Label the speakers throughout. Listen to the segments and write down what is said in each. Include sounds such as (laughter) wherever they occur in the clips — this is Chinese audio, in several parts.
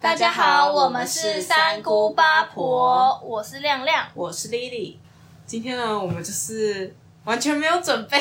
Speaker 1: 大家好，我们是三姑八婆，我是亮亮。
Speaker 2: 我是 Lily。今天呢，我们就是完全没有准备，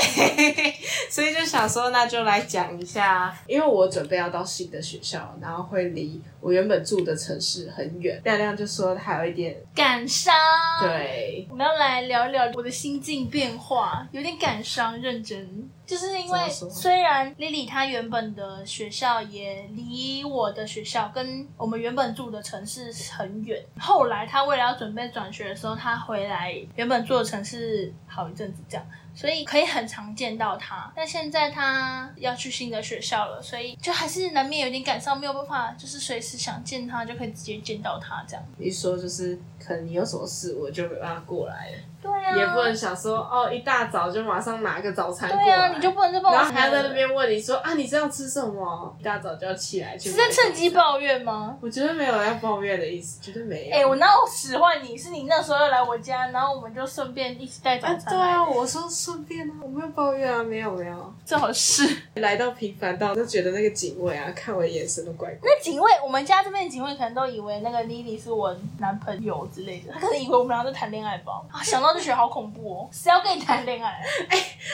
Speaker 2: (laughs) 所以就想说，那就来讲一下，因为我准备要到新的学校，然后会离我原本住的城市很远。亮亮就说他有一点
Speaker 1: 感伤。，
Speaker 2: 对，
Speaker 1: 我们要来聊一聊我的心境变化，有点感伤，认真。就是
Speaker 2: 怎
Speaker 1: 因为
Speaker 2: 么说
Speaker 1: 虽然 Lily 她原本的学校也离我的学校跟我们原本住的城市很远，后来她为了要准备转学的时候，她回来原本住的城市好一阵子这样，所以可以很常见到她。但现在她要去新的学校了，所以就还是难免有点感伤，没有办法就是随时想见她就可以直接见到她这样。
Speaker 2: 一说就是可能你有什么事，我就没办法过来了，
Speaker 1: 对啊，
Speaker 2: 也不能想说哦，一大早就马上拿个早餐过
Speaker 1: 对
Speaker 2: 来，
Speaker 1: 啊，你就不能再帮我
Speaker 2: 然后
Speaker 1: 什么
Speaker 2: 还要在那边问你说啊，你这样吃什么？一大早就要起来去
Speaker 1: 是
Speaker 2: 买
Speaker 1: 在
Speaker 2: 早餐。
Speaker 1: 趁机抱怨吗？
Speaker 2: 我觉得没有要抱怨的意思，绝对没有。
Speaker 1: 哎、我哪有使唤你？是你那时候要来我家，然后我们就顺便一起带早
Speaker 2: 啊，
Speaker 1: 餐
Speaker 2: 对
Speaker 1: 来，
Speaker 2: 啊，我说顺便啊，我没有抱怨啊，没有没有。
Speaker 1: 最好是。
Speaker 2: 来到平凡道，就觉得那个警卫啊，看我眼神都怪怪。
Speaker 1: 那警卫，我们家这边的警卫可能都以为那个妮妮是我男朋友之类的，他可能以为我们俩在谈恋爱吧。啊，想到就觉得好恐怖哦！谁要跟你谈恋爱？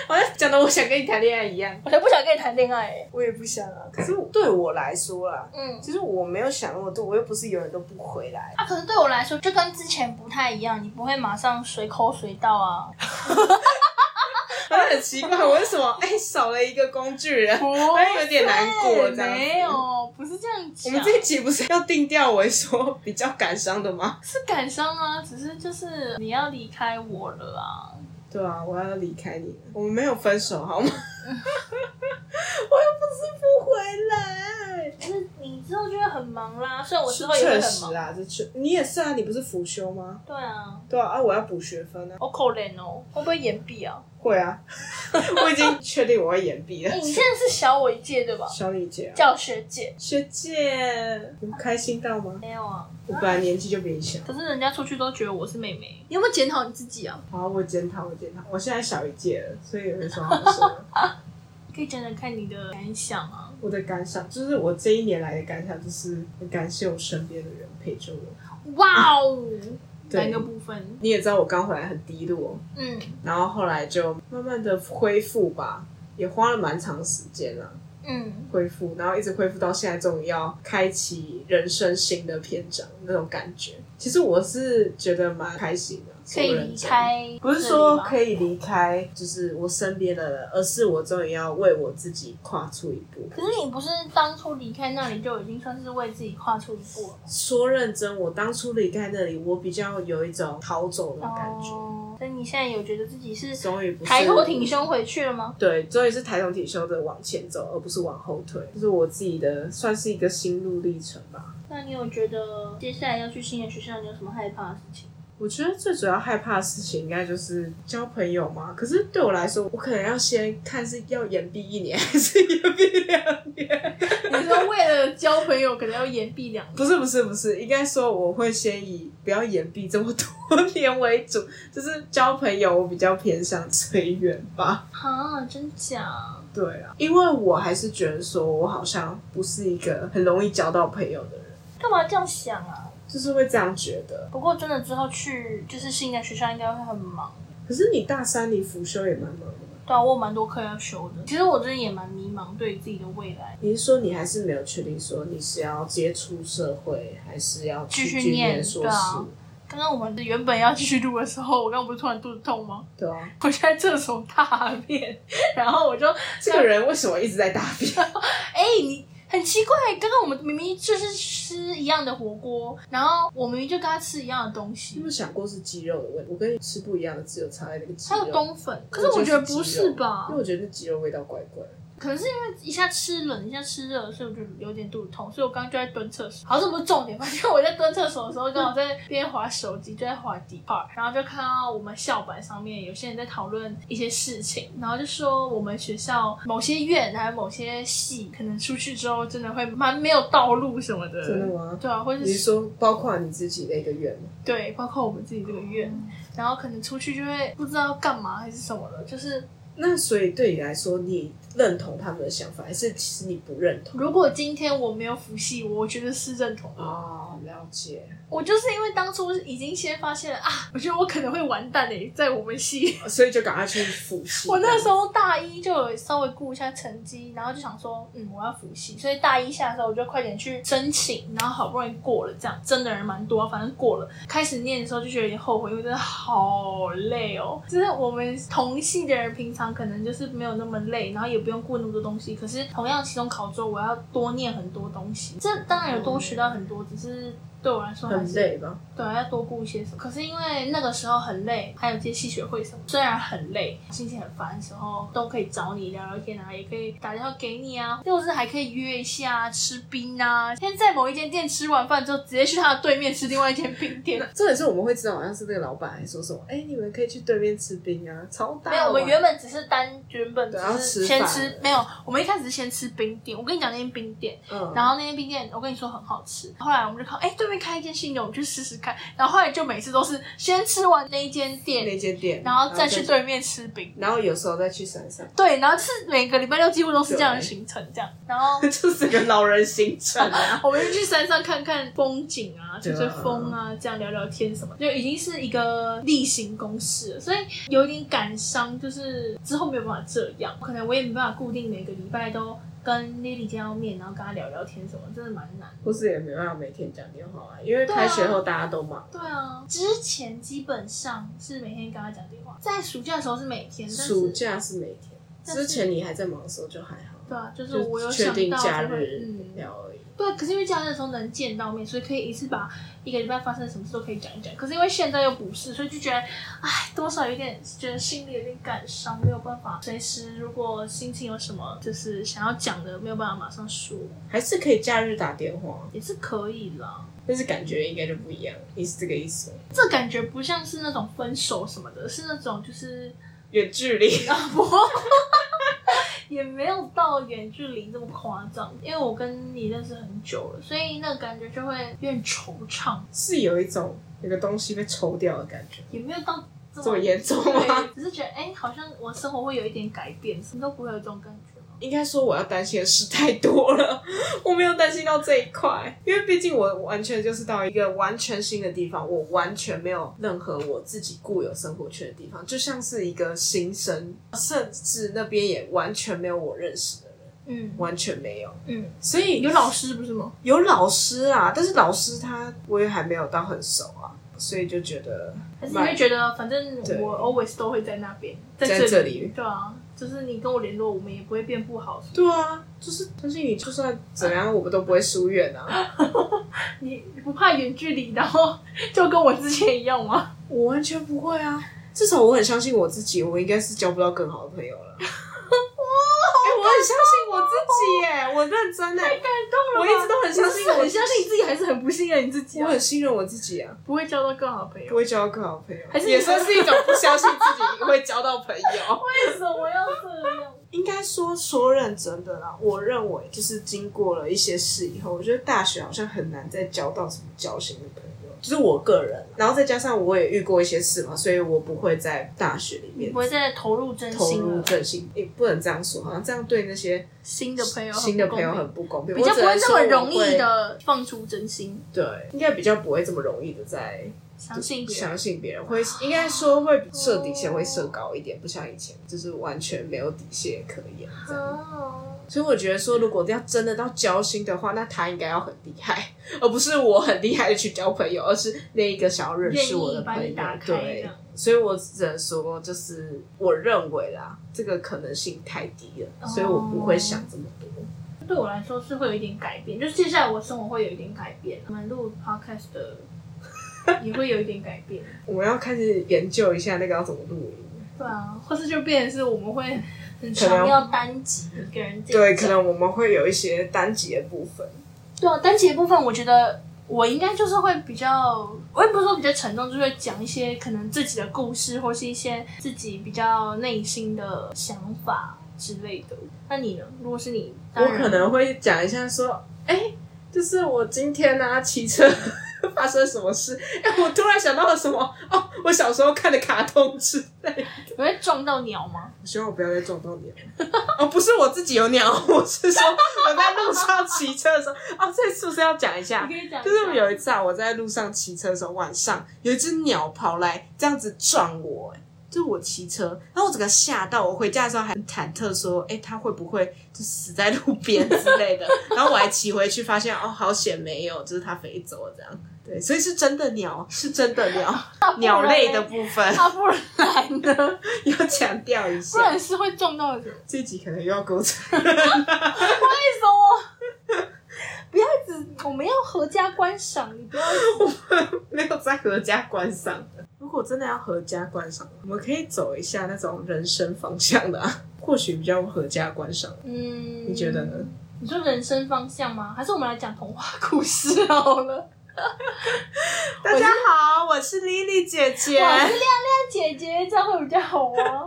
Speaker 2: 好像讲的我想跟你谈恋爱一样。
Speaker 1: 我才不想跟你谈恋爱、欸。
Speaker 3: 我也不想啊。可是对我来说
Speaker 2: 啊
Speaker 3: 啦，
Speaker 1: 嗯，
Speaker 3: 其实我没有想那么多，我又不是永远都不回来。
Speaker 1: 啊，可是对我来说就跟之前不太一样，你不会马上随口随到啊。
Speaker 2: 好像很奇怪，我为什么哎少了一个工具人？我还有点难过这样子。
Speaker 1: 没有，不是这样
Speaker 2: 我
Speaker 1: 讲。
Speaker 2: 们这一集不是要定调为说比较感伤的吗？
Speaker 1: 是感伤啊，只是就是你要离开我了啊。
Speaker 2: 对啊，我要离开你了，我们没有分手
Speaker 1: (laughs)
Speaker 2: 好吗？我又不是不回来。
Speaker 1: 可是你之后就会很忙啦，虽然我之后也会
Speaker 2: 确
Speaker 1: 很忙。
Speaker 2: 实啊，这确你也是啊，你不是辅修吗？
Speaker 1: 对啊，
Speaker 2: 对啊，啊我要补学分啊。
Speaker 1: 好可怜哦，会不会延毕啊？
Speaker 2: 会啊，
Speaker 1: (laughs)
Speaker 2: 我已经确定我会延毕了
Speaker 1: 哎、。你现在是小我一届对吧？
Speaker 2: 小李姐、啊，
Speaker 1: 叫学姐
Speaker 2: 学姐，你不开心到吗？
Speaker 1: 没有啊？
Speaker 2: 我本来年纪就比你小。
Speaker 1: 可是人家出去都觉得我是妹妹，你有没有检讨你自己啊？
Speaker 2: 好，我检讨，我检讨，我现在小一届了，所以有什么好说的？
Speaker 1: 可以讲讲看你的感想啊。
Speaker 2: 我的感想就是，我这一年来的感想就是，很感谢我身边的人陪着我。
Speaker 1: 哇哦，
Speaker 2: 对
Speaker 1: 哪个部分？
Speaker 2: 你也知道，我刚回来很低落，
Speaker 1: 嗯，
Speaker 2: 然后后来就慢慢的恢复吧，也花了蛮长时间啦。
Speaker 1: 嗯，
Speaker 2: 恢复，然后一直恢复到现在，终于要开启人生新的篇章那种感觉。其实我是觉得蛮开心的，
Speaker 1: 可以
Speaker 2: 说认
Speaker 1: 离
Speaker 2: 真，
Speaker 1: 开，
Speaker 2: 不是说可
Speaker 1: 以，
Speaker 2: 以离开，就是我身边的人，而是我终于要为我自己跨出一步。
Speaker 1: 可是你不是当初离开那里就已经算是为自己跨出一步了吗？
Speaker 2: 说认真，我当初离开那里，我比较有一种逃走的感觉，
Speaker 1: 哦，所以你现在有觉得自己是
Speaker 2: 终于不是
Speaker 1: 抬头挺。胸回去了吗？
Speaker 2: 对，终于是抬头挺胸的往前走，而不是往后退，就是我自己的算是一个心路历程吧。
Speaker 1: 那你有觉得接下来要去新的学校，你有什么害怕的事情？
Speaker 2: 我觉得最主要害怕的事情应该就是交朋友嘛。可是对我来说，我可能要先看是要延毕一年还是延毕两年。 (laughs)
Speaker 1: 你说为了交朋友，可能要延毕两年。
Speaker 2: 不是不是不是，应该说我会先以不要延毕这么多年为主，就是交朋友我比较偏向随缘吧。
Speaker 1: 啊，真假？
Speaker 2: 对啊，因为我还是觉得说我好像不是一个很容易交到朋友的人，
Speaker 1: 干嘛这样想啊？
Speaker 2: 就是会这样觉得。
Speaker 1: 不过真的之后去就是新的学校，应该会很忙。
Speaker 2: 可是你大三你辅修也蛮忙的嘛，
Speaker 1: 对啊，我有蛮多课要修的。其实我真的也蛮迷茫，对于自己的未来。
Speaker 2: 你是说你还是没有确定说你是要接触社会，还是要去
Speaker 1: 继续
Speaker 2: 继续
Speaker 1: 念
Speaker 2: 念硕
Speaker 1: 对
Speaker 2: 士？
Speaker 1: 啊刚刚我们原本要继续录的时候，我刚刚不是突然肚子痛吗？
Speaker 2: 对啊，
Speaker 1: 我就在厕所大便，然后我就
Speaker 2: 这个人为什么一直在大 (laughs) 便？
Speaker 1: 哎、你很奇怪，刚刚我们明明就是吃一样的火锅，然后我明明就跟他吃一样的东
Speaker 2: 你有
Speaker 1: 西
Speaker 2: 没，有想过是肌肉的问题？我跟你吃不一样的，只有差在那个肌
Speaker 1: 还
Speaker 2: 肉。
Speaker 1: 有冬粉，可是我觉得不
Speaker 2: 肌肉
Speaker 1: 是吧
Speaker 2: 因为？我觉得那肌肉味道怪怪的。
Speaker 1: 可能是因为一下吃冷，一下吃热，所以我就有点肚子痛，所以我刚刚就在蹲厕所。好，这不是重点，反正我在蹲厕所的时候，刚好在边滑手机，就在滑 d p a r 然后就看到我们校板上面有些人在讨论一些事情，然后就说我们学校某些院还有某些系，可能出去之后真的会蛮没有道路什么的。
Speaker 2: 真的吗
Speaker 1: 对啊，或者
Speaker 2: 你是说包括你自己的一个愿吗？
Speaker 1: 对，包括我们自己这个院，然后可能出去就会不知道干嘛还是什么的，就是
Speaker 2: 那所以对你来说，你认同他们的想法，还是其实你不认同？
Speaker 1: 如果今天我没有辅系，我觉得是认同的。
Speaker 2: 哦，了解，
Speaker 1: 我就是因为当初已经先发现了啊，我觉得我可能会完蛋诶、在我们系。
Speaker 2: 所以就赶快去复习。
Speaker 1: 我那时候大一就有稍微顾一下成绩，然后就想说，嗯，我要复习，所以大一下的时候我就快点去申请，然后好不容易过了，这样真的人蛮多，反正过了。开始念的时候就觉得有点后悔，因为真的好累哦。就是我们同系的人平常可能就是没有那么累，然后也不用顾那么多东西，可是同样期中考之后，我要多念很多东西，这当然有多学到很多，只是对我来说还
Speaker 2: 很
Speaker 1: 是
Speaker 2: 累吧？
Speaker 1: 对，要多顾一些什么。可是因为那个时候很累，还有一些戏学会什么，虽然很累，心情很烦的时候，都可以找你聊聊天啊，也可以打电话给你啊，或者是还可以约一下啊吃冰啊。先在某一间店吃完饭之后，直接去他的对面吃另外一间冰店。
Speaker 2: 重点是我们会知道，好像是那个老板还说什么，哎、你们可以去对面吃冰啊，超大碗。
Speaker 1: 没有，我们原本只是单原本只
Speaker 2: 对要
Speaker 1: 是
Speaker 2: 吃
Speaker 1: 先
Speaker 2: 饭
Speaker 1: 吃，没有，我们一开始是先吃冰店。我跟你讲那间冰店，
Speaker 2: 嗯，
Speaker 1: 然后那间冰店，我跟你说很好吃。后来我们就看，哎，对面开一间新的，我们去试试看。然后后来就每次都是先吃完那一间店，
Speaker 2: 那间店，
Speaker 1: 然后再去，对面吃饼。
Speaker 2: 然后有时候再去山上，
Speaker 1: 啊
Speaker 2: (laughs)
Speaker 1: 对，然后是每个礼拜六几乎都是这样的行程，这样。然 (laughs) 后
Speaker 2: 就是个老人行程
Speaker 1: (laughs)
Speaker 2: 啊。
Speaker 1: 我们就去山上看看风景啊，吹吹
Speaker 2: 对啊
Speaker 1: 风啊，这样聊聊天什么，就已经是一个例行公事了。所以有点感伤，就是之后没有办法这样，可能我也没办法固定每个礼拜都跟 Lily 见到面，然后跟她聊聊天什么，真的蛮难的。
Speaker 2: 不是也没办法每天讲电话啊，因为开学后大家都忙，
Speaker 1: 对啊，之前基本上是每天跟她讲电话，在暑假的时候是每天，但是
Speaker 2: 暑假是每天。
Speaker 1: 但是
Speaker 2: 之前你还在忙的时候就还好，
Speaker 1: 对啊，就是
Speaker 2: 就
Speaker 1: 我有想
Speaker 2: 确
Speaker 1: 到
Speaker 2: 定假
Speaker 1: 就会
Speaker 2: 日
Speaker 1: 嗯。
Speaker 2: 聊而已。
Speaker 1: 对，可是因为假日的时候能见到面，所以可以一次把一个礼拜发生什么事都可以讲一讲。可是因为现在又不是，所以就觉得，唉，多少有点觉得心里有点感伤，没有办法随时如果心情有什么就是想要讲的，没有办法马上说，
Speaker 2: 还是可以假日打电话，
Speaker 1: 也是可以啦。
Speaker 2: 但是感觉应该就不一样。你是这个意思吗？
Speaker 1: 这感觉不像是那种分手什么的，是那种就是啊
Speaker 2: 远距离，
Speaker 1: (laughs) 也没有到远距离这么夸张。因为我跟你认识很久了，所以那个感觉就会有点惆怅，
Speaker 2: 是有一种有个东西被抽掉的感觉，
Speaker 1: 也没有到这
Speaker 2: 这么
Speaker 1: 么
Speaker 2: 严重吗？
Speaker 1: 对，只是觉得哎、好像我生活会有一点改变，你都不会有这种感觉吗？
Speaker 2: 应该说我要担心的事太多了， (laughs) 我没有担心到这一块，因为毕竟我完全就是到一个完全新的地方，我完全没有任何我自己固有生活圈的地方，就像是一个新生，甚至那边也完全没有我认识的人，
Speaker 1: 嗯
Speaker 2: 完全没有，
Speaker 1: 嗯，
Speaker 2: 所以
Speaker 1: 有老师不是吗？
Speaker 2: 有老师啊，但是老师他我也还没有到很熟啊，所以就觉得
Speaker 1: 还是你会觉得反正
Speaker 2: 对
Speaker 1: 我 always 都会在那边，在
Speaker 2: 在
Speaker 1: 这
Speaker 2: 这里
Speaker 1: 对啊，就是你跟我联络，我们也不会变不好。
Speaker 2: 对啊，就是相信你就算怎样，我们都不会疏远啊。
Speaker 1: 你你不怕远距离，然后就跟我之前一样 (laughs) 吗？
Speaker 2: 我完全不会啊，至少我很相信我自己，我应该是交不到更好的朋友了。哇、 (laughs) 哎我很相信我自己耶，我认真哎，
Speaker 1: 感动
Speaker 2: 我
Speaker 1: 了
Speaker 2: 一
Speaker 1: 吧，
Speaker 2: 直都很相信
Speaker 1: 你是
Speaker 2: 我
Speaker 1: 很相信自己，还是很不信任你自己
Speaker 2: 我
Speaker 1: 啊？
Speaker 2: 很信任我自己啊，
Speaker 1: 不会交到更好的朋
Speaker 2: 不
Speaker 1: (laughs) 友，
Speaker 2: 会交到更好的朋友，
Speaker 1: 还是你
Speaker 2: 也算是一种不相信自己会交到朋 (laughs) 友。
Speaker 1: 为什么要这样？
Speaker 2: 应该说说认真的啦，我认为就是经过了一些事以后，我觉得大学好像很难再交到什么交心的朋友，就是我个人。啊然后再加上我也遇过一些事嘛，所以我不会在大学里
Speaker 1: 你
Speaker 2: 面
Speaker 1: 不会再投入真
Speaker 2: 投
Speaker 1: 心
Speaker 2: 入
Speaker 1: 了，
Speaker 2: 真心，也不能这样说，好像这样对那些
Speaker 1: 新的朋友很不
Speaker 2: 新的朋友
Speaker 1: 公平
Speaker 2: 很不公平。
Speaker 1: 比较
Speaker 2: 我只
Speaker 1: 不
Speaker 2: 能
Speaker 1: 会这
Speaker 2: 说
Speaker 1: 么
Speaker 2: 我
Speaker 1: 容易的放出真心。
Speaker 2: 会，对，应该比较不会这么容易的在
Speaker 1: 相信别人。
Speaker 2: 相信别人，会应该说会设底线会设高一点，不像以前就是完全没有底线可言这样。
Speaker 1: 哦，
Speaker 2: 所以我觉得说，如果要真的到交心的话，那他应该要很厉害， (laughs) 而不是我很厉害的去交朋友，而是那一个想要认识我的朋
Speaker 1: 愿意
Speaker 2: 友
Speaker 1: 把你打。开这
Speaker 2: 对
Speaker 1: 样，
Speaker 2: 所以我只能说，就是我认为啦，这个可能性太低了，
Speaker 1: 哦
Speaker 2: 所以我不会想这么多。
Speaker 1: 对我来说是会有一点改变，就是接下来我生活会有一点改变。我们录 podcast 的也会有一点改变，
Speaker 2: 我们要开始研究一下那个要怎么录音。
Speaker 1: (laughs) 对啊，或是就变成是我们会很
Speaker 2: 可
Speaker 1: 常
Speaker 2: 能
Speaker 1: 要单集一个人自己
Speaker 2: 对，
Speaker 1: 讲
Speaker 2: 可能我们会有一些单集的部分。
Speaker 1: 对啊，单集的部分我觉得。我应该就是会比较，我也不是说比较沉重，就是会讲一些可能自己的故事，或是一些自己比较内心的想法之类的。那你呢？如果是你，当
Speaker 2: 我
Speaker 1: 然
Speaker 2: 啊可能会讲一下说，哎、就是我今天呢、骑车 (laughs) 发生什么事？哎、我突然想到了什么？哦，我小时候看的卡通之类。
Speaker 1: 你会撞到鸟吗？
Speaker 2: 我希望我不要再撞到鸟。 (laughs) 哦，不是我自己有鸟， (laughs) 我是说我在路上骑车的时候。哦，这是不是要讲一下？
Speaker 1: 以讲
Speaker 2: 就是有一次啊，我在路上骑车的时候，晚上有一只鸟跑来这样子撞我、哎，就是我骑车，然后我整个吓到，我回家的时候还很忐忑说，哎、它会不会就死在路边之类的？ (laughs) 然后我还骑回去，发现哦，好险没有，就是它飞走了这样。对，所以是真的鸟，是真的鸟，鸟类的部
Speaker 1: (laughs)
Speaker 2: 分 (laughs)
Speaker 1: 啊，不然呢？
Speaker 2: 要强调一
Speaker 1: (laughs) 不
Speaker 2: 下
Speaker 1: 然。是会撞到人。为
Speaker 2: 这集可能又要勾扯。
Speaker 1: 什么？ (laughs) 不要一直，我们要合家观赏，你不要一直
Speaker 2: 没有在合家观赏的。如果真的要合家观赏，我们可以走一下那种人生方向的、啊， (laughs) 或许比较合家观赏。
Speaker 1: 嗯，
Speaker 2: 你觉得呢？
Speaker 1: 你说人生方向吗？还是我们来讲童话故 (laughs) 事好了？
Speaker 2: 大家好，我是莉莉姐姐，
Speaker 1: 我是亮亮姐姐，这样会比较好啊。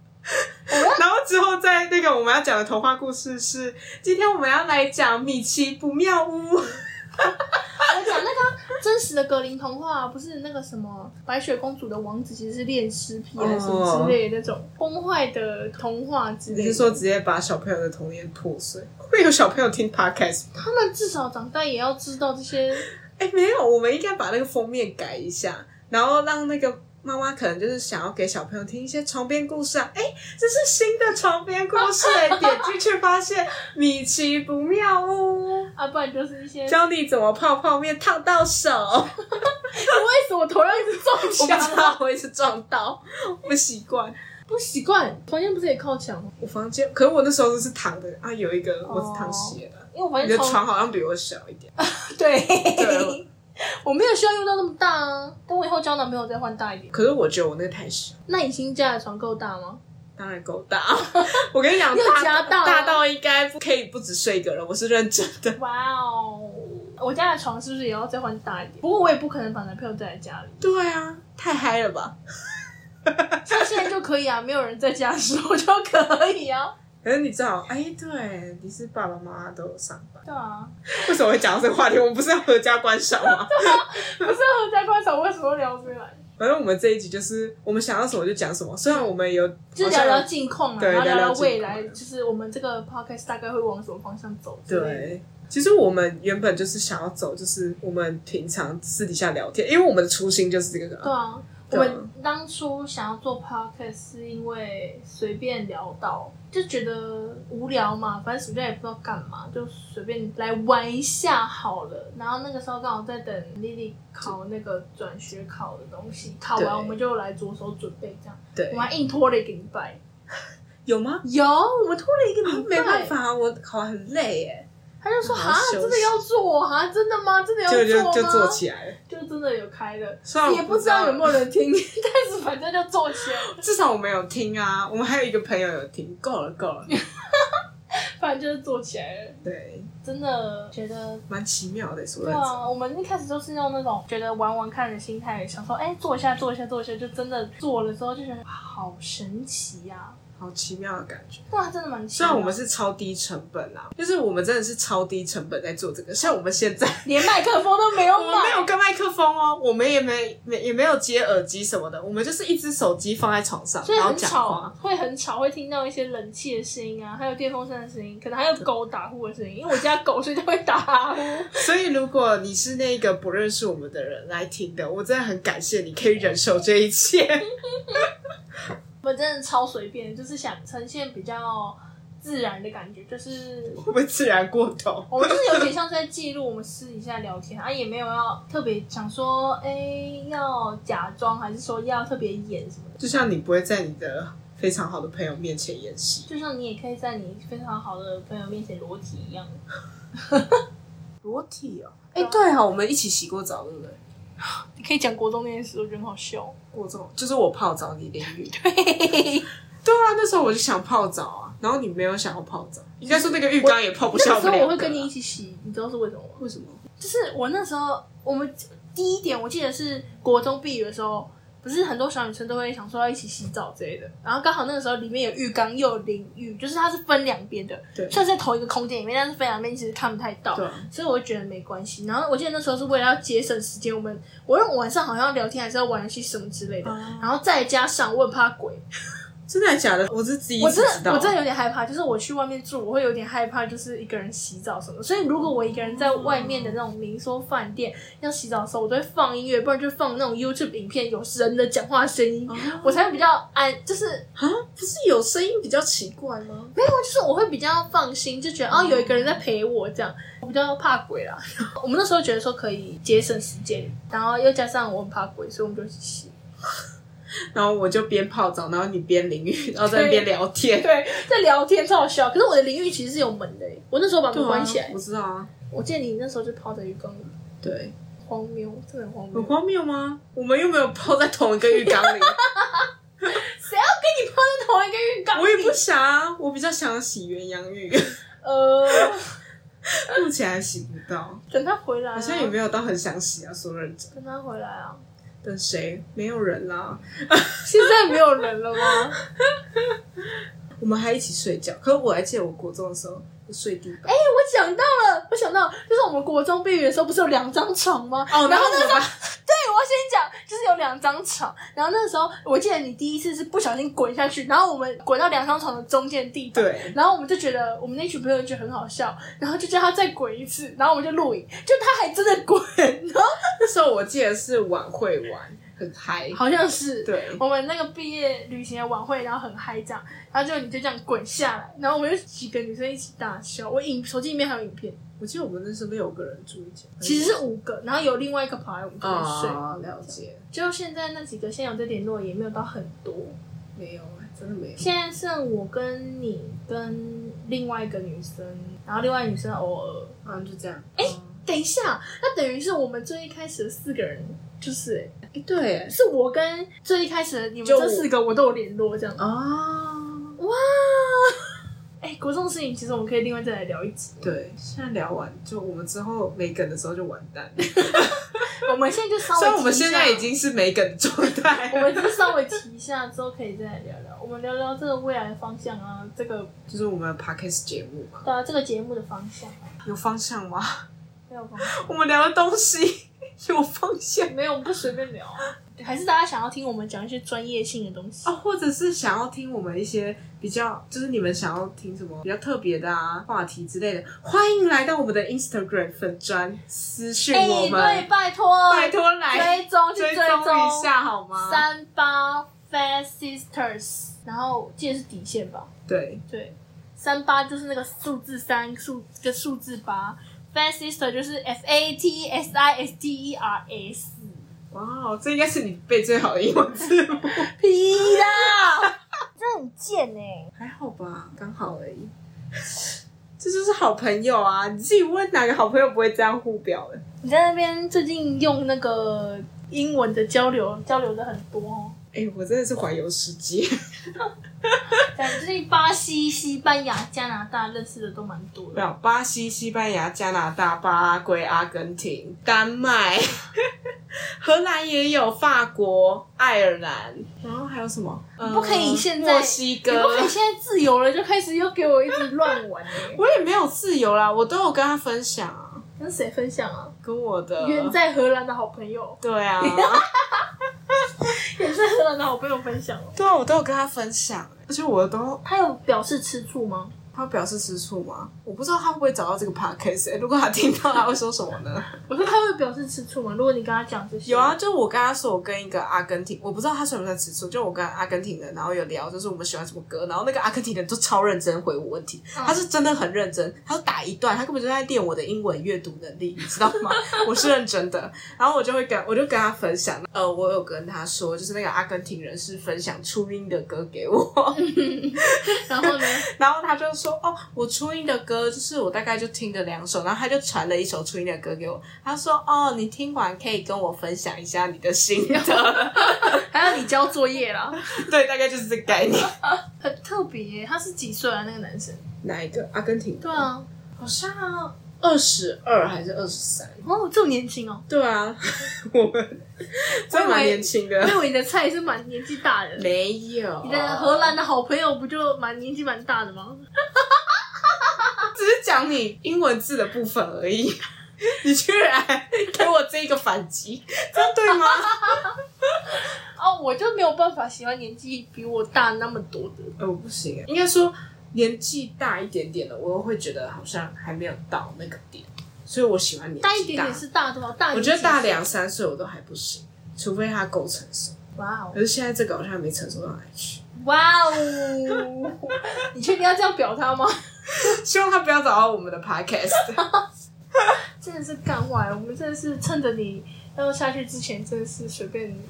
Speaker 2: (laughs) 然后之后在那个我们要讲的童话故事是，今天我们要来讲米奇不妙屋。
Speaker 1: (laughs) 我讲那个啊真实的格林童话，啊不是那个什么白雪公主的王子其实是恋尸癖还是什么之类的那种崩坏的童话之
Speaker 2: 哦你
Speaker 1: 类
Speaker 2: 是
Speaker 1: 的。
Speaker 2: 说直接把小朋友的童年破碎？会有小朋友听 podcast 吗？
Speaker 1: 他们至少长大也要知道这些。
Speaker 2: 哎、没有，我们应该把那个封面改一下，然后让那个妈妈可能就是想要给小朋友听一些床边故事啊。哎、这是新的床边故事、哎，点进去发现米奇不妙屋，
Speaker 1: 啊，不然就是一些
Speaker 2: 教你怎么泡泡面烫到手。我
Speaker 1: (laughs) 为什么头要一直
Speaker 2: 不
Speaker 1: 撞
Speaker 2: 知
Speaker 1: 墙啊？
Speaker 2: 道，我一直撞到，我不习惯。
Speaker 1: (laughs) 不习惯，房间不是也靠墙吗？
Speaker 2: 我房间，可是我那时候是躺的啊，有一个我是躺斜的。
Speaker 1: 哦因为我房
Speaker 2: 你
Speaker 1: 间
Speaker 2: 的床好像比我小一点，
Speaker 1: (laughs) 对，
Speaker 2: 对。
Speaker 1: 我没有需要用到那么大啊。等我以后交男朋友再换大一点。
Speaker 2: 可是我觉得我那个太小，
Speaker 1: 那你新家的床够大吗？
Speaker 2: 当然够大。 (laughs) 我跟你讲，
Speaker 1: 又
Speaker 2: 大
Speaker 1: 加大了
Speaker 2: 大到应啊该不可以不止睡一个人，我是认真的。
Speaker 1: 哇哦，我家的床是不是也要再换大一点？不过我也不可能把男朋友带来家里。
Speaker 2: (laughs) 对啊，太嗨了吧！
Speaker 1: 像现在就可以啊，没有人在家的时候就可以啊。
Speaker 2: 可是你知道，哎、对，你是爸爸妈妈都有上班，
Speaker 1: 对啊，
Speaker 2: 为什么会讲到这个话题？我们不是要合家观赏 (laughs) 吗？
Speaker 1: 不是合家观赏，为什么聊回来？
Speaker 2: 反正我们这一集就是我们想到什么就讲什么，虽然我们有
Speaker 1: 就聊聊近况啊，
Speaker 2: 对
Speaker 1: 然后
Speaker 2: 聊
Speaker 1: 聊
Speaker 2: 聊
Speaker 1: 聊
Speaker 2: 近况
Speaker 1: 未来，就是我们这个 podcast 大概会往什么方向走。，
Speaker 2: 对。其实我们原本就是想要走，就是我们平常私底下聊天，因为我们的初心就是这个
Speaker 1: 对
Speaker 2: 啊。
Speaker 1: 啊。我
Speaker 2: 对啊
Speaker 1: 们当初想要做 podcast 是因为随便聊到，就觉得无聊嘛，反正暑假也不知道干嘛，就随便来玩一下好了。然后那个时候刚好在等 Lily 考那个转学考的东西，考
Speaker 2: 对
Speaker 1: 完我们就来着手准备这样。
Speaker 2: 对
Speaker 1: 我，们还硬拖了一个礼拜，
Speaker 2: 有吗？啊
Speaker 1: 有，我们拖了一个礼
Speaker 2: 没办，法，我考很累耶，
Speaker 1: 他就说
Speaker 2: 好
Speaker 1: 哈，
Speaker 2: 休息
Speaker 1: 真的要做哈，真的吗？真的要
Speaker 2: 就就
Speaker 1: 做
Speaker 2: 就
Speaker 1: 吗？
Speaker 2: 做起来了。
Speaker 1: 就真的有开了，
Speaker 2: 虽然我
Speaker 1: 也
Speaker 2: 不
Speaker 1: 不
Speaker 2: 知
Speaker 1: 知
Speaker 2: 道
Speaker 1: 道有没有人听， (laughs) 但是反正就做起来，
Speaker 2: 至少我们有听啊，我们还有一个朋友有听，够了够了。
Speaker 1: 反正就是做起来了。
Speaker 2: 对，
Speaker 1: 真的觉得，
Speaker 2: 蛮奇妙的，说
Speaker 1: 对
Speaker 2: 认真。
Speaker 1: 啊，我们一开始都是用那种觉得玩玩看的心态，想说哎、做一下做一下做一下，就真的做了之后就觉得好神奇呀、
Speaker 2: 好奇妙的感觉。
Speaker 1: 对啊，真的蛮奇
Speaker 2: 虽
Speaker 1: 妙的。
Speaker 2: 然我们是超低成本啊，就是我们真的是超低成本在做这个。像我们现在，
Speaker 1: 连麦克风都没有
Speaker 2: 我们没
Speaker 1: 买，
Speaker 2: 有跟麦克风哦，我们也没没也没有接耳机什么的，我们就是一只手机放在床上，
Speaker 1: 所以
Speaker 2: 然后
Speaker 1: 很
Speaker 2: 讲
Speaker 1: 吵啊
Speaker 2: 话。，
Speaker 1: 会很吵，会听到一些冷气的声音啊，还有电风扇的声音，可能还有狗打呼的声音，因为我家狗睡觉会打呼。
Speaker 2: 所以如果你是那个不认识我们的人来听的，我真的很感谢你可以忍受这一切。
Speaker 1: (laughs) 我们真的超随便，就是想呈现比较自然的感觉，就是
Speaker 2: 会不会自然过头？
Speaker 1: (laughs) 我们就是有点像是在记录我们私底下聊天，啊，也没有要特别想说，哎、要假装还是说要特别演什么的。
Speaker 2: 就像你不会在你的非常好的朋友面前演戏。
Speaker 1: 就像你也可以在你非常好的朋友面前裸体一样，
Speaker 2: 裸体哦，
Speaker 1: 哎
Speaker 2: 对哦，我们一起洗过澡，对不对？
Speaker 1: 你可以讲国中那件事，我觉得很好笑。
Speaker 2: 过这种，就是我泡澡，你淋雨。 (laughs) 对，对啊，那时候我就想泡澡啊，然后你没有想要泡澡，应该说那个浴缸也泡不下
Speaker 1: 那
Speaker 2: 我
Speaker 1: 时
Speaker 2: 们
Speaker 1: 候
Speaker 2: 两个啊
Speaker 1: 我会跟你一起洗，你知道是为什么吗？
Speaker 2: 为什么？
Speaker 1: 就是我那时候，我们第一点我记得是国中毕业的时候，不是很多小女生都会想说要一起洗澡之类的，然后刚好那个时候里面有浴缸又有淋浴，就是它是分两边的，
Speaker 2: 对
Speaker 1: 虽然在同一个空间里面，但是分两边其实看不太到
Speaker 2: 对，啊
Speaker 1: 所以我就觉得没关系。然后我记得那时候是为了要节省时间，我们我用晚上好像聊天还是要玩游戏什么之
Speaker 2: 哦
Speaker 1: 类的，然后再加上我很怕鬼，
Speaker 2: 真的假的？我是第一
Speaker 1: 我
Speaker 2: 次
Speaker 1: 真
Speaker 2: 知
Speaker 1: 的
Speaker 2: 道，
Speaker 1: 我真的有点害怕，就是我去外面住，我会有点害怕，就是一个人洗澡什么的。所以如果我一个人在外面的那种民宿饭店要洗澡的时候，我都会放音乐，不然就放那种 YouTube 影片，有人的讲话声
Speaker 2: 哦
Speaker 1: 音，我才会比较安，就是
Speaker 2: 啊，不是有声音比较奇怪吗？
Speaker 1: 没有，就是我会比较放心，就觉得哦有一个人在陪我这样，我比较怕鬼啦。 (laughs) 我们那时候觉得说可以节省时间，然后又加上我很怕鬼，所以我们就一起洗。
Speaker 2: 然后我就边泡澡，然后你边淋 (laughs) 浴，然后在那边聊天。
Speaker 1: 对，在聊天超好笑，可是我的淋浴其实是有门的欸，我那时候把门关起来
Speaker 2: 啊，。我知道啊。
Speaker 1: 我记得你那时候就泡在浴缸里，
Speaker 2: 对，
Speaker 1: 荒谬，真的很荒
Speaker 2: 很
Speaker 1: 谬。
Speaker 2: 荒谬吗？我们又没有泡在同一个浴缸里，
Speaker 1: 谁要哎跟你泡在同一个浴缸里？
Speaker 2: 我也不想啊，我比较想洗鸳鸯浴，
Speaker 1: 呃，
Speaker 2: (laughs) 目前还洗不到，
Speaker 1: 等他回来、啊，
Speaker 2: 好像也没有到很想洗啊，说认真。
Speaker 1: 等他回来啊。
Speaker 2: 等谁？没有人啦。
Speaker 1: 现在没有人了吗？ (laughs)
Speaker 2: 我们还一起睡觉，可是我还记得我国中的时候，我睡地板。
Speaker 1: 我想到了，我想到了，就是我们国中毕业的时候，不是有两张床吗？
Speaker 2: 哦，
Speaker 1: 然
Speaker 2: 然
Speaker 1: 后
Speaker 2: 后
Speaker 1: 那
Speaker 2: 我
Speaker 1: 时候，
Speaker 2: 把
Speaker 1: 对我要先讲，就是有两张床，然后那时候我记得你第一次是不小心滚下去，然后我们滚到两张床的中间地板，
Speaker 2: 对
Speaker 1: 然后我们就觉得我们那群朋友就觉得很好笑，然后就叫他再滚一次，然后我们就录影，就他还真的滚，然后
Speaker 2: 那时候我记得是晚会玩，很嗨。
Speaker 1: 好像是
Speaker 2: 对，
Speaker 1: 我们那个毕业旅行的晚会，然后很嗨这样，然后就你就这样滚下来，然后我们就几个女生一起大笑。我影手机里面还有影片，
Speaker 2: 我记得我们那时候六个人住一间，
Speaker 1: 其实是五个，然后有另外一个跑来我们这边睡。
Speaker 2: 啊、了解，
Speaker 1: 就现在那几个现在有在联络也没有到很多，
Speaker 2: 没有，啊真的没有。
Speaker 1: 现在剩我跟你跟另外一个女生，然后另外一个女生偶尔。
Speaker 2: 好像就这样。
Speaker 1: 哎
Speaker 2: 哎、
Speaker 1: 等一下，那等于是我们最一开始的四个人，就是、欸、
Speaker 2: 哎，对，
Speaker 1: 是我跟最一开始的你们
Speaker 2: 就
Speaker 1: 这四个我都有联络这样。
Speaker 2: 啊，
Speaker 1: 哇！哎、国中的事情其实我们可以另外再来聊一集。
Speaker 2: 对，现在聊完就我们之后没梗的时候就完蛋了。
Speaker 1: 我们现在就稍微
Speaker 2: 虽然我们
Speaker 1: 提一下
Speaker 2: 现在已，经是没梗状
Speaker 1: 我
Speaker 2: 态，
Speaker 1: 们就稍微提一下，之后可以再来聊聊。我们聊聊这个未来的方向啊，这个
Speaker 2: (laughs) 就是我们的 podcast 节目嘛，
Speaker 1: 对啊，这个节目的方向啊，
Speaker 2: 有方向吗？ (laughs)
Speaker 1: 没有方向，
Speaker 2: 我们聊的东西 (laughs) 有方向
Speaker 1: 没有，我们不随便聊啊。 (laughs) 还是大家想要听我们讲一些专业性的东西
Speaker 2: 啊，或者是想要听我们一些比较，就是你们想要听什么比较特别的啊话题之类的，欢迎来到我们的 Instagram 粉专私讯
Speaker 1: 哎、
Speaker 2: 我们，
Speaker 1: 对，拜托，
Speaker 2: 拜托来
Speaker 1: 追踪去
Speaker 2: 追踪
Speaker 1: 踪
Speaker 2: 一下好吗？
Speaker 1: 三八 Fat Sisters，然后记得是底线吧。
Speaker 2: 对，
Speaker 1: 对，三八就是那个数字三，数跟数字八。Fat sister 就是 F A T S I S T E R S。
Speaker 2: 哇，这应该是你背最好的英文字
Speaker 1: (laughs)
Speaker 2: 母，
Speaker 1: 皮啦，真的很贱哎、
Speaker 2: 还好吧，刚好而 (laughs) 已。这就是好朋友啊！你自己问哪个好朋友不会这样互表的？
Speaker 1: 你在那边最近用那个英文的交流，交流的很多哦。
Speaker 2: 哎、我真的是环游世界。
Speaker 1: 反正最近巴西、西班牙、加拿大认识的都蛮多
Speaker 2: 没
Speaker 1: 的。
Speaker 2: 有，巴西、西班牙、加拿大、巴拉圭、阿根廷、丹 (laughs) 麦、荷兰也有，法国、爱尔兰，然后还有什么？
Speaker 1: 不可以
Speaker 2: 呃
Speaker 1: 现在
Speaker 2: 墨西
Speaker 1: 你不
Speaker 2: 哥
Speaker 1: 可。以现在自由了就开始又给我一直乱玩、欸，
Speaker 2: 我也没有自由啦，我都有跟他分享啊，
Speaker 1: (laughs) 跟谁分享啊？
Speaker 2: 跟我的
Speaker 1: 远在荷兰的好朋友，
Speaker 2: 对 (laughs) 啊，
Speaker 1: 远在荷兰的好朋友分享哦。
Speaker 2: 对啊，我都有跟他分享，而且我都
Speaker 1: 他有表示吃醋吗？
Speaker 2: 他表示吃醋吗？我不知道他会不会找到这个 podcast，、欸、如果他听到，他会说什么呢？
Speaker 1: 我说他会表示吃醋吗？如果你跟他讲这些，
Speaker 2: 有啊，，就我跟他说，我跟一个阿根廷，我不知道他算不算吃醋，就我跟阿根廷人，然后有聊，就是我们喜欢什么歌，然后那个阿根廷人就超认真回我问题，
Speaker 1: 嗯
Speaker 2: 他是真的很认真，他就打一段，他根本就在练我的英文阅读能力，你知道吗？我是认真的，然后我就会跟我就跟他分享，呃，我有跟他说，就是那个阿根廷人是分享初音的歌给我，
Speaker 1: 然后呢？
Speaker 2: 然后他就说：“哦，我初音的歌就是我大概就听了两首，然后他就传了一首初音的歌给我。他说：‘哦，你听完可以跟我分享一下你的心得。
Speaker 1: (laughs)
Speaker 2: (laughs)
Speaker 1: 还要你交作业啦，’
Speaker 2: 对，大概就是这个概念。
Speaker 1: 很特别耶。他是几岁啊？那个男生？
Speaker 2: 哪一个？阿根廷？
Speaker 1: 对，啊，
Speaker 2: 好像二十二还是二十三？
Speaker 1: 哦，这么年轻哦，
Speaker 2: 对啊， (laughs) 我们真的蛮年轻
Speaker 1: 因
Speaker 2: 的。
Speaker 1: 为你的菜是蛮年纪大
Speaker 2: (laughs)
Speaker 1: 的。
Speaker 2: 没有，
Speaker 1: 你的荷兰的好朋友不就蛮年纪蛮大的吗？
Speaker 2: 只是讲你英文字的部分而已， (laughs) 你居然给我这一个反击，这对吗？
Speaker 1: 哦，我就没有办法喜欢年纪比我大那么多的。
Speaker 2: 呃，我不行欸，应该说年纪大一点点的，我又会觉得好像还没有到那个点，所以我喜欢年纪
Speaker 1: 大一点点是大多少？大
Speaker 2: 我觉得大
Speaker 1: 两。
Speaker 2: 两三岁我都还不行，除非他够成熟。
Speaker 1: 哇哦
Speaker 2: 可，是现在这个好像还没成熟到哪里去， (laughs)
Speaker 1: 哇哦！ (laughs) 你确定要这样表他吗？
Speaker 2: 希望他不要找到我们的 podcast。
Speaker 1: (laughs)
Speaker 2: (laughs)
Speaker 1: 真的是干歪，我们真的是趁着你要下去之前，真的是随便你。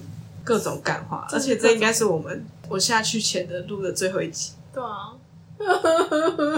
Speaker 2: 各种干话，而
Speaker 1: 真的
Speaker 2: 且这应该是我们我下去前的录的最后一集。
Speaker 1: 对啊， (laughs)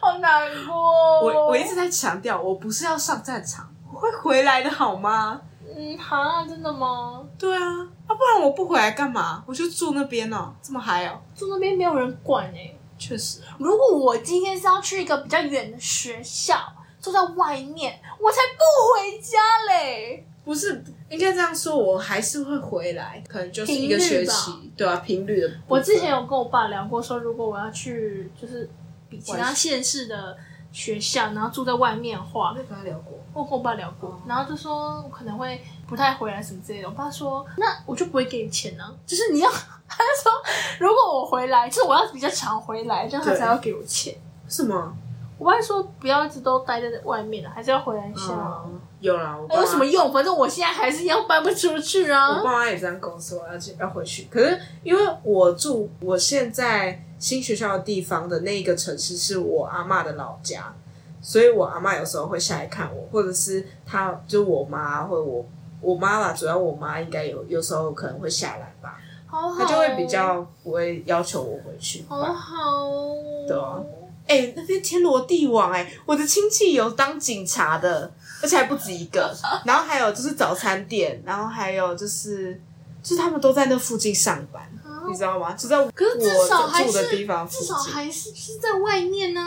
Speaker 1: 好难过哦。
Speaker 2: 我我一直在强调，我不是要上战场，我会回来的好吗？
Speaker 1: 嗯，哈，真的吗？
Speaker 2: 对啊，啊不然我不回来干嘛？我就住那边哦，这么嗨哦，
Speaker 1: 住那边没有人管哎、
Speaker 2: 确实啊，
Speaker 1: 如果我今天是要去一个比较远的学校，住在外面，我才不回家嘞。
Speaker 2: 不是应该这样说，我还是会回来，可能就是一个
Speaker 1: 频率
Speaker 2: 学
Speaker 1: 吧
Speaker 2: 期，对啊，频率的部分。
Speaker 1: 我之前有跟我爸聊过，说如果我要去就是比其他县市的学校，然后住在外面的话，
Speaker 2: 跟他聊过，
Speaker 1: 我跟我爸聊过，然后就说我可能会不太回来什么之类的。我爸说，那我就不会给你钱呢、就是你要，他就说如果我回来，就是我要比较常回来，这样他
Speaker 2: 对
Speaker 1: 才要给我钱。
Speaker 2: 什么？
Speaker 1: 我爸说不要一直都待在外面了，啊还是要回来一下。啊
Speaker 2: 嗯，有啦，我爸妈
Speaker 1: 那哎有什么？用？反正我现在还是一样搬不出去啊
Speaker 2: 我。爸妈也这样跟我说要去要回去，可是因为我住我现在新学校的地方的那个城市是我阿嬷的老家，所以我阿嬷有时候会下来看我，或者是她就我妈或者我我妈啦，主要我妈应该有有时候可能会下来吧，
Speaker 1: 好好，哦
Speaker 2: 她就会比较不会要求我回去吧。
Speaker 1: 好好哦。
Speaker 2: 对啊哎、那边天罗地网哎、我的亲戚有当警察的，而且还不止一 (laughs) 个。然后还有就是早餐店，然后还有就是，就是他们都在那附近上班，
Speaker 1: 啊
Speaker 2: 你知道吗？就在我
Speaker 1: 可是至少还
Speaker 2: 住的地
Speaker 1: 是
Speaker 2: 方附
Speaker 1: 至少
Speaker 2: 近。
Speaker 1: 还是是在外面呢、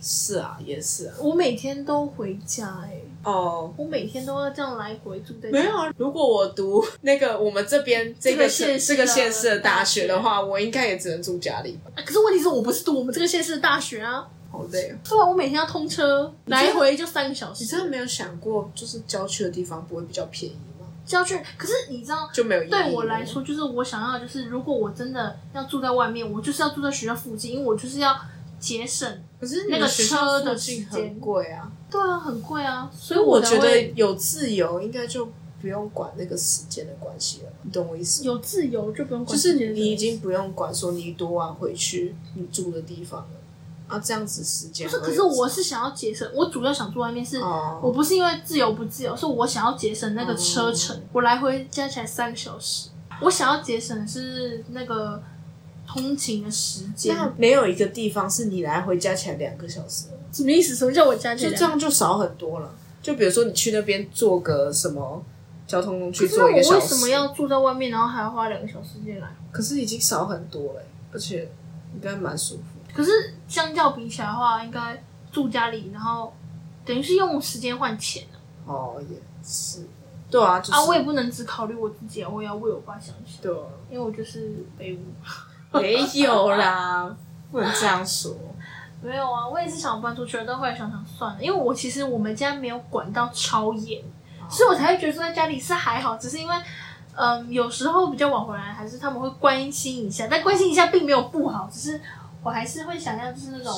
Speaker 2: 是啊，也是啊。
Speaker 1: 我每天都回家哎、
Speaker 2: 哦，
Speaker 1: 我每天都要这样来回住在家
Speaker 2: 没有啊。如果我读那个我们这边这个
Speaker 1: 这个县市
Speaker 2: 这个县市的
Speaker 1: 的大
Speaker 2: 大学的话，我应该也只能住家里吧。
Speaker 1: 啊可是问题是我不是读我们这个县市的大学啊，
Speaker 2: 好累哦。
Speaker 1: 不然我每天要通车
Speaker 2: 真的
Speaker 1: 来回就三个小
Speaker 2: 你真的
Speaker 1: 时。
Speaker 2: 没有想过，就是郊区的地方不会比较便宜吗？
Speaker 1: 郊区，可是你知道，
Speaker 2: 就没有意义
Speaker 1: 对我
Speaker 2: 了
Speaker 1: 来说，就是我想要的，就是如果我真的要住在外面，我就是要住在学校附近，因为我就是要节省。
Speaker 2: 可是
Speaker 1: 那个车的时
Speaker 2: 近
Speaker 1: 间
Speaker 2: 很贵啊，
Speaker 1: 对啊，很贵啊，所
Speaker 2: 所
Speaker 1: 以
Speaker 2: 以我
Speaker 1: 才
Speaker 2: 觉
Speaker 1: 会
Speaker 2: 得有自由应该就不用管那个时间的关系了，你懂我意思吗？
Speaker 1: 有自由就不用
Speaker 2: 就
Speaker 1: 管这
Speaker 2: 是
Speaker 1: 些人。
Speaker 2: 你已经不用管说你多晚回去你住的地方了啊，这样子时间
Speaker 1: 不是，
Speaker 2: 会
Speaker 1: 可是我是想要节省，我主要想住外面是。我
Speaker 2: 哦，
Speaker 1: 不是因为自由不自由，是我想要节省那个车程，我来回加起来三个小时。我想要节省的是那个通勤的时间。
Speaker 2: 那没有一个地方是你来回加起来两个小时的，
Speaker 1: 什么意思？什么叫我加
Speaker 2: 就这？样就少很多了。就比如说你去那边坐个什么交通工具
Speaker 1: 可是那
Speaker 2: 坐
Speaker 1: 我
Speaker 2: 一个小
Speaker 1: 为
Speaker 2: 时，
Speaker 1: 什么要住在外面，然后还要花两个小时进来？
Speaker 2: 可是已经少很多了欸，而且应该蛮舒服的。
Speaker 1: 可是相较比起来的话，应该住家里，然后等于是用时间换钱啊、
Speaker 2: 哦，也是，对啊，就是、
Speaker 1: 啊！我也不能只考虑我自己啊，我也要为我爸想一想，
Speaker 2: 对啊、
Speaker 1: 因为我就是废物。
Speaker 2: 没有啦，不能这样说。
Speaker 1: 没有啊，我也是想搬出去，但后来想想算了，因为我其实我们家没有管到超严，
Speaker 2: 哦
Speaker 1: 所以我才会觉得住在家里是还好，只是因为。嗯，有时候比较晚回来，还是他们会关心一下，但关心一下并没有不好，只是我还是会想要就是那种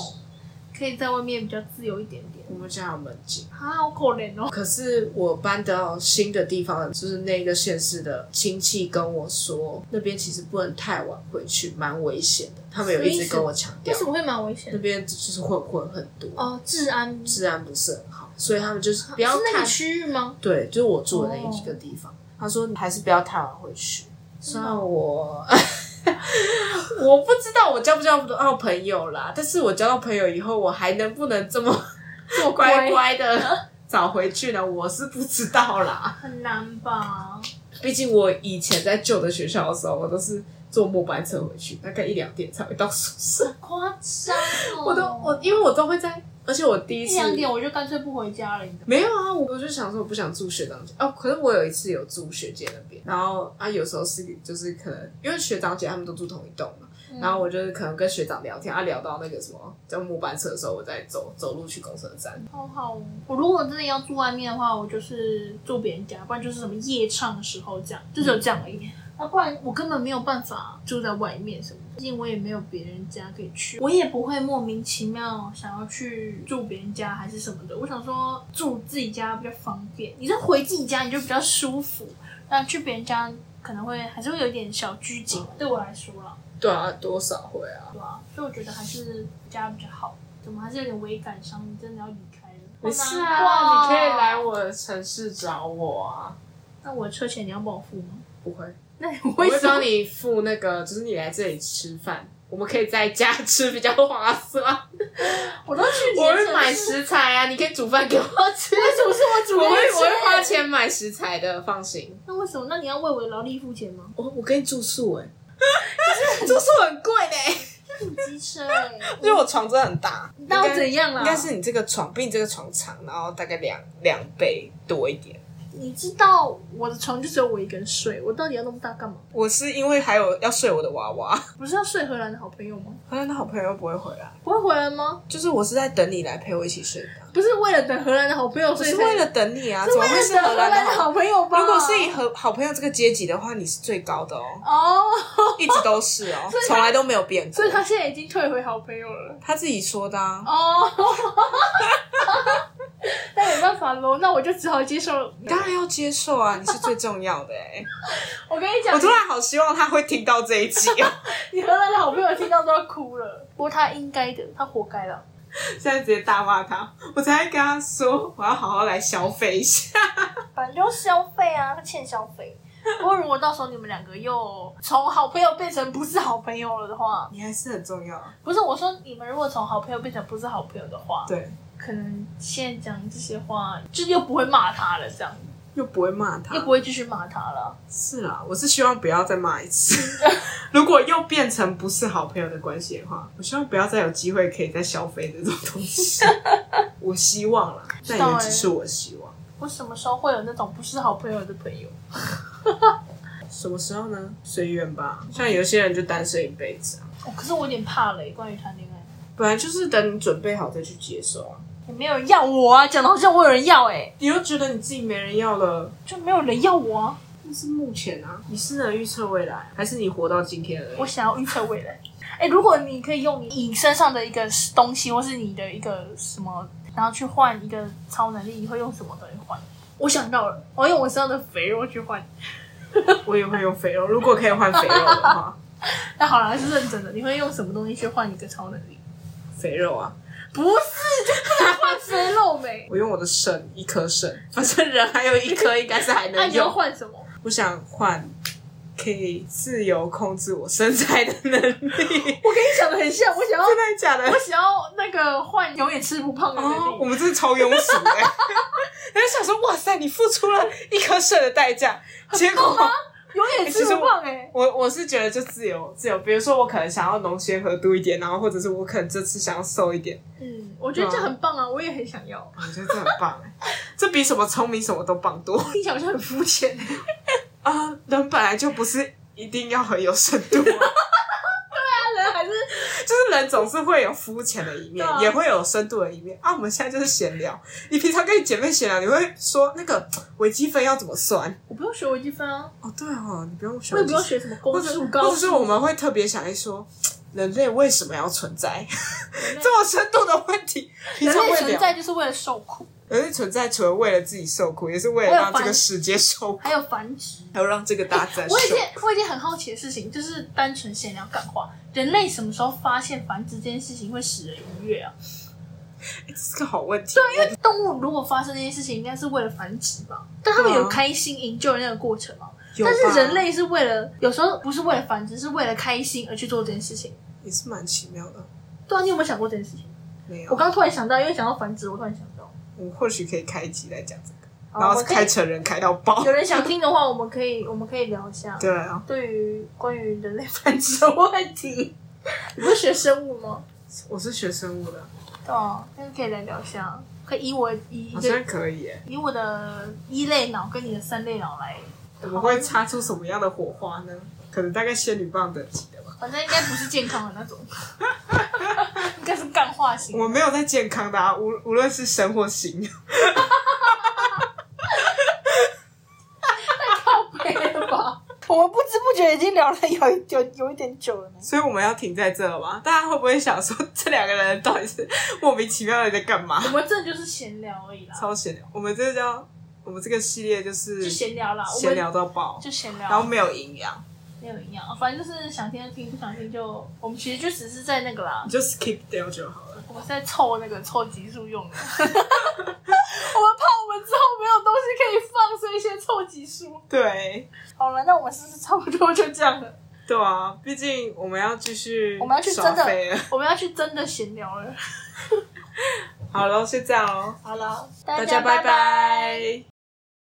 Speaker 1: 可以在外面比较自由一点点。
Speaker 2: 我们家有门禁，
Speaker 1: 啊，好可怜哦！
Speaker 2: 可是我搬到新的地方，就是那个县市的亲戚跟我说，那边其实不能太晚回去，蛮危险的。他们有一直跟我强
Speaker 1: 为
Speaker 2: 调
Speaker 1: 什，么会蛮危险
Speaker 2: 那
Speaker 1: 的？
Speaker 2: 边就是混混很多，
Speaker 1: 哦，治安是
Speaker 2: 治安不是很好，所以他们就是不要
Speaker 1: 哦那
Speaker 2: 太
Speaker 1: 个区域吗？
Speaker 2: 对，就是我住的那
Speaker 1: 哦
Speaker 2: 一个地方。他说你还是不要太晚回去。虽然我 (laughs) 我不知道我交不交不到朋友啦，但是我交到朋友以后，我还能不能这么 (laughs)
Speaker 1: 做
Speaker 2: 乖乖
Speaker 1: (laughs)
Speaker 2: 的找回去呢？我是不知道啦。
Speaker 1: 很难吧？
Speaker 2: 毕竟我以前在旧的学校的时候，我都是坐末班车回去，大概一两点才会到宿舍。
Speaker 1: 夸张哦！
Speaker 2: 我都我因为我都会在而且我第一
Speaker 1: 一
Speaker 2: 次
Speaker 1: 两点我就干脆不回家了，你知道吗
Speaker 2: 没有啊，我我就想说我不想住学长家哦。可是我有一次有住学姐那边，然后啊有时候是就是可能因为学长姐他们都住同一栋嘛，嗯然后我就是可能跟学长聊天，啊聊到那个什么叫末班车的时候，我再走走路去公车站。
Speaker 1: 好好哦，我如果真的要住外面的话，我就是住别人家，不然就是什么夜唱的时候这样，就只有这样而已。那、不然我根本没有办法住在外面什么的，毕竟我也没有别人家可以去，我也不会莫名其妙想要去住别人家还是什么的。我想说住自己家比较方便，你在回自己家你就比较舒服，那去别人家可能会还是会有一点小拘谨，对我来说啦，
Speaker 2: 对啊，多少会啊。
Speaker 1: 对啊，所以我觉得还是家比较好。怎么还是有点微感伤？你真的要离开了？
Speaker 2: 没事
Speaker 1: 好难
Speaker 2: 啊，你
Speaker 1: 过
Speaker 2: 可以来我的城市找我啊。
Speaker 1: 那我的车钱你要帮我付吗？
Speaker 2: 不会，
Speaker 1: (laughs) 那
Speaker 2: 我
Speaker 1: 我会
Speaker 2: 会
Speaker 1: 说
Speaker 2: 帮你付那个，就是你来这里吃饭，我们可以在家吃比较划算。
Speaker 1: 我都去你
Speaker 2: 我
Speaker 1: 的
Speaker 2: 会买
Speaker 1: 城市，
Speaker 2: 食材啊，你可以煮饭给我吃。
Speaker 1: 为什么是我主
Speaker 2: 我会
Speaker 1: 人？
Speaker 2: 我会花钱买食材的，放心。
Speaker 1: 那为什么？那你要为我的劳力付钱吗？
Speaker 2: 我我跟你住宿哎、 (laughs) 住宿很贵嘞，
Speaker 1: 很机车哎、
Speaker 3: 因为我床真的很大，
Speaker 1: (laughs) 那我怎样啦？啊
Speaker 3: 应该是你这个床比你这个床长，然后大概两两倍多一点。
Speaker 1: 你知道我的床就只有我一个人睡，我到底要那么大干嘛？
Speaker 3: 我是因为还有要睡我的娃娃，
Speaker 1: 不是要睡荷兰的好朋友吗？
Speaker 3: 荷兰的好朋友不会回来，
Speaker 1: 不会回来吗？
Speaker 3: 就是我是在等你来陪我一起睡的，
Speaker 1: 不是为了等荷兰的好朋友，
Speaker 3: 我
Speaker 1: 所以
Speaker 3: 是
Speaker 1: 才
Speaker 3: 为了等你啊，
Speaker 1: 是
Speaker 3: 怎
Speaker 1: 为
Speaker 3: 么会
Speaker 1: 了
Speaker 3: 是
Speaker 1: 等
Speaker 3: 荷
Speaker 1: 荷
Speaker 3: 兰
Speaker 1: 兰
Speaker 3: 的
Speaker 1: 好
Speaker 3: 好？
Speaker 1: 朋友吧？
Speaker 3: 如果是以和好朋友这个阶级的话，你是最高的哦，
Speaker 1: 哦， (laughs)
Speaker 3: 一直都是哦，从来都没有变过
Speaker 1: 所以。他现在已经退回好朋友了。
Speaker 3: 他自己说的啊，
Speaker 1: 哦， (laughs) 那没办法喽，那我就只好接受。
Speaker 3: 当然要接受啊，你是最重要的
Speaker 2: 欸
Speaker 1: (laughs)
Speaker 3: 哎、
Speaker 1: 我跟你讲，
Speaker 3: 我突然好希望他会听到这一集
Speaker 1: (laughs)
Speaker 3: 哦。
Speaker 1: 你和他的好朋友听到都要哭了。不过他应该的，他活该了。
Speaker 2: 现在直接大骂他。我才跟他说，我要好好来消费一下。
Speaker 1: 反正就消费啊，他欠消费。不过如果到时候你们两个又从好朋友变成不是好朋友了的话，
Speaker 2: 你还是很重要，啊
Speaker 1: 不是我说你们如果从好朋友变成不是好朋友的话，
Speaker 2: 对，
Speaker 1: 可能现在讲这些话，就是又不会骂他了，这样
Speaker 2: 又不会骂他
Speaker 1: 又。不会继续骂他了。
Speaker 2: 是啦，我是希望不要再骂一次。
Speaker 1: (laughs)
Speaker 2: 如果又变成不是好朋友的关系的话，我希望不要再有机会可以再消费这种东
Speaker 1: (laughs)
Speaker 2: 西。我希望啦，但也只是我希望。
Speaker 1: 我什么时候会有那种不是好朋友的朋友？
Speaker 2: 什么时候呢？随缘吧。像有些人就单身一辈子啊，
Speaker 1: 哦可是我有点怕了，关于谈恋爱，
Speaker 2: 本来就是等你准备好再去接受啊。
Speaker 1: 也没有人要我啊，讲的好像我有人要哎、
Speaker 2: 你又觉得你自己没人要了，
Speaker 1: 就没有人要我啊。
Speaker 2: 那是目前啊。你是能预测未来，还是你活到今天而已？
Speaker 1: 我想要预测未来。 (laughs) 哎、如果你可以用你你身上的一个东西，或是你的一个什么，然后去换一个超能力，你会用什么东西换？我想到了，我要用我身上的肥肉去换。
Speaker 2: 我也会用肥肉，如果可以换肥肉的话， (laughs)
Speaker 1: 那好了，是认真的。你会用什么东西去换一个超能力？
Speaker 2: 肥肉啊，
Speaker 1: 不是，就不能换肥肉没？
Speaker 2: 我用我的肾，一颗肾，反正人还有一颗，应该是还
Speaker 1: (laughs) 那
Speaker 2: 能
Speaker 1: 你要
Speaker 2: 用。
Speaker 1: 换什么？
Speaker 2: 我想换可以自由控制我身材的能力，
Speaker 1: 我跟你想的很像，我想要，
Speaker 2: 真的假的
Speaker 1: 我？想要那个换永远吃不胖的能
Speaker 2: 哦，我
Speaker 1: 力。
Speaker 2: 们真是超庸俗 (laughs) 哎、我就想说，哇塞，你付出了一颗肾的代价，结果
Speaker 1: 永远吃不胖哎、
Speaker 2: 我我是觉得就自由自由，比如说我可能想要浓鲜合度一点，然后或者是我可能这次想要瘦一点，
Speaker 1: 嗯，我觉得这很棒啊，我也很想要。
Speaker 2: 我觉得这很棒哎、这比什么聪明什么都棒多
Speaker 1: 听起来好像很肤浅、欸。
Speaker 2: 啊！人本来就不是一定要很有深度、啊。
Speaker 1: (laughs) 人还是
Speaker 2: 就是人总是会有肤浅的一面
Speaker 1: 对，啊
Speaker 2: 也会有深度的一面啊。我们现在就是闲聊，你平常跟你姐妹闲聊，你会说那个微积分要怎么算？
Speaker 1: 我不用学微积分啊，
Speaker 2: 哦，对哦，你不用学
Speaker 1: 我也
Speaker 2: 微
Speaker 1: 不
Speaker 2: 积
Speaker 1: 用
Speaker 2: 分，
Speaker 1: 学什么
Speaker 2: 或
Speaker 1: 公
Speaker 2: 者
Speaker 1: 式、
Speaker 2: 或
Speaker 1: 高
Speaker 2: 者
Speaker 1: 数
Speaker 2: 是我们会特别想一说，人类为什么要存在？ (laughs)
Speaker 1: 类
Speaker 2: 这么深度的问题，平
Speaker 1: 人
Speaker 2: 常
Speaker 1: 类
Speaker 2: 会
Speaker 1: 存
Speaker 2: 聊。
Speaker 1: 在就是为了受苦，
Speaker 2: 人类存在除了为了自己受苦，也是为了
Speaker 1: 我有
Speaker 2: 让这
Speaker 1: 烦
Speaker 2: 个世界受苦，
Speaker 1: 还有繁殖。
Speaker 2: 还有让这个大自然
Speaker 1: 我有一
Speaker 2: 受苦。
Speaker 1: 件我有一件很好奇的事情，就是单纯闲聊感化，人类什么时候发现繁殖这件事情会使人愉悦啊？
Speaker 2: 这是个好问题。
Speaker 1: 因为动物如果发生这件事情，应该是为了繁殖吧？但他们
Speaker 2: 对啊
Speaker 1: 有开心 enjoy 那个过程吗？
Speaker 2: 有
Speaker 1: 但
Speaker 2: 吧
Speaker 1: 是人类是为了有时候不是为了繁殖，是为了开心而去做这件事情。
Speaker 2: 也是蛮奇妙的，
Speaker 1: 对啊，你有没有想过这件事情？
Speaker 2: 没有
Speaker 1: 我。刚突然想到，因为想到繁殖，我突然想到，
Speaker 2: 我们或许可以开一集来讲这个，
Speaker 1: 好
Speaker 2: 然
Speaker 1: 哦我
Speaker 2: 后
Speaker 1: 们可以
Speaker 2: 开成人开到爆
Speaker 1: 有。人想听的话，我们可以我们可以聊一下。
Speaker 2: 对啊，
Speaker 1: 对于关于人类繁殖的问题，你不是学生物吗？
Speaker 2: 我是学生物的，
Speaker 1: 对啊，但是可以来聊一下，可以以我以
Speaker 2: 好像可以耶。
Speaker 1: 以我的一类脑跟你的三类脑来，
Speaker 2: 我们会擦出什么样的火花呢？可能大概仙女棒等级的吧。
Speaker 1: 反正应该不是健康的那种， (laughs) 应该是干化型。
Speaker 2: 我没有在健康的、啊，无无论是生活型，
Speaker 1: 对吧？
Speaker 4: (laughs) 我们不知不觉已经聊了有一有有一点久了呢。
Speaker 2: 所以我们要停在这了吗？大家会不会想说这两个人到底是莫名其妙的在干嘛
Speaker 1: 我？们这就是闲聊而已啦，
Speaker 2: 超闲聊，我们这个叫我们这个系列就是
Speaker 1: 就闲聊啦，我
Speaker 2: 闲
Speaker 1: 们
Speaker 2: 聊到爆，
Speaker 1: 就闲
Speaker 2: 然后
Speaker 1: 聊，
Speaker 2: 没有营养，
Speaker 1: 没有营养，哦反正就是想听就听，不想听就我们其实就只是在那个啦
Speaker 2: 你，就 skip 掉就好了。
Speaker 1: 我们是在凑那个凑集数用的。我们怕我们之后没有东西可以放，所以先凑集数。
Speaker 2: 对，
Speaker 4: 好了，那我们是不是差不多就这样了？
Speaker 2: 对啊，毕竟我们要继续，
Speaker 4: 我们要去真的
Speaker 2: 的。
Speaker 1: 我们要去真的闲聊了。
Speaker 2: 好喽，先这样喽，
Speaker 4: 好了，
Speaker 1: 大
Speaker 2: 大家拜拜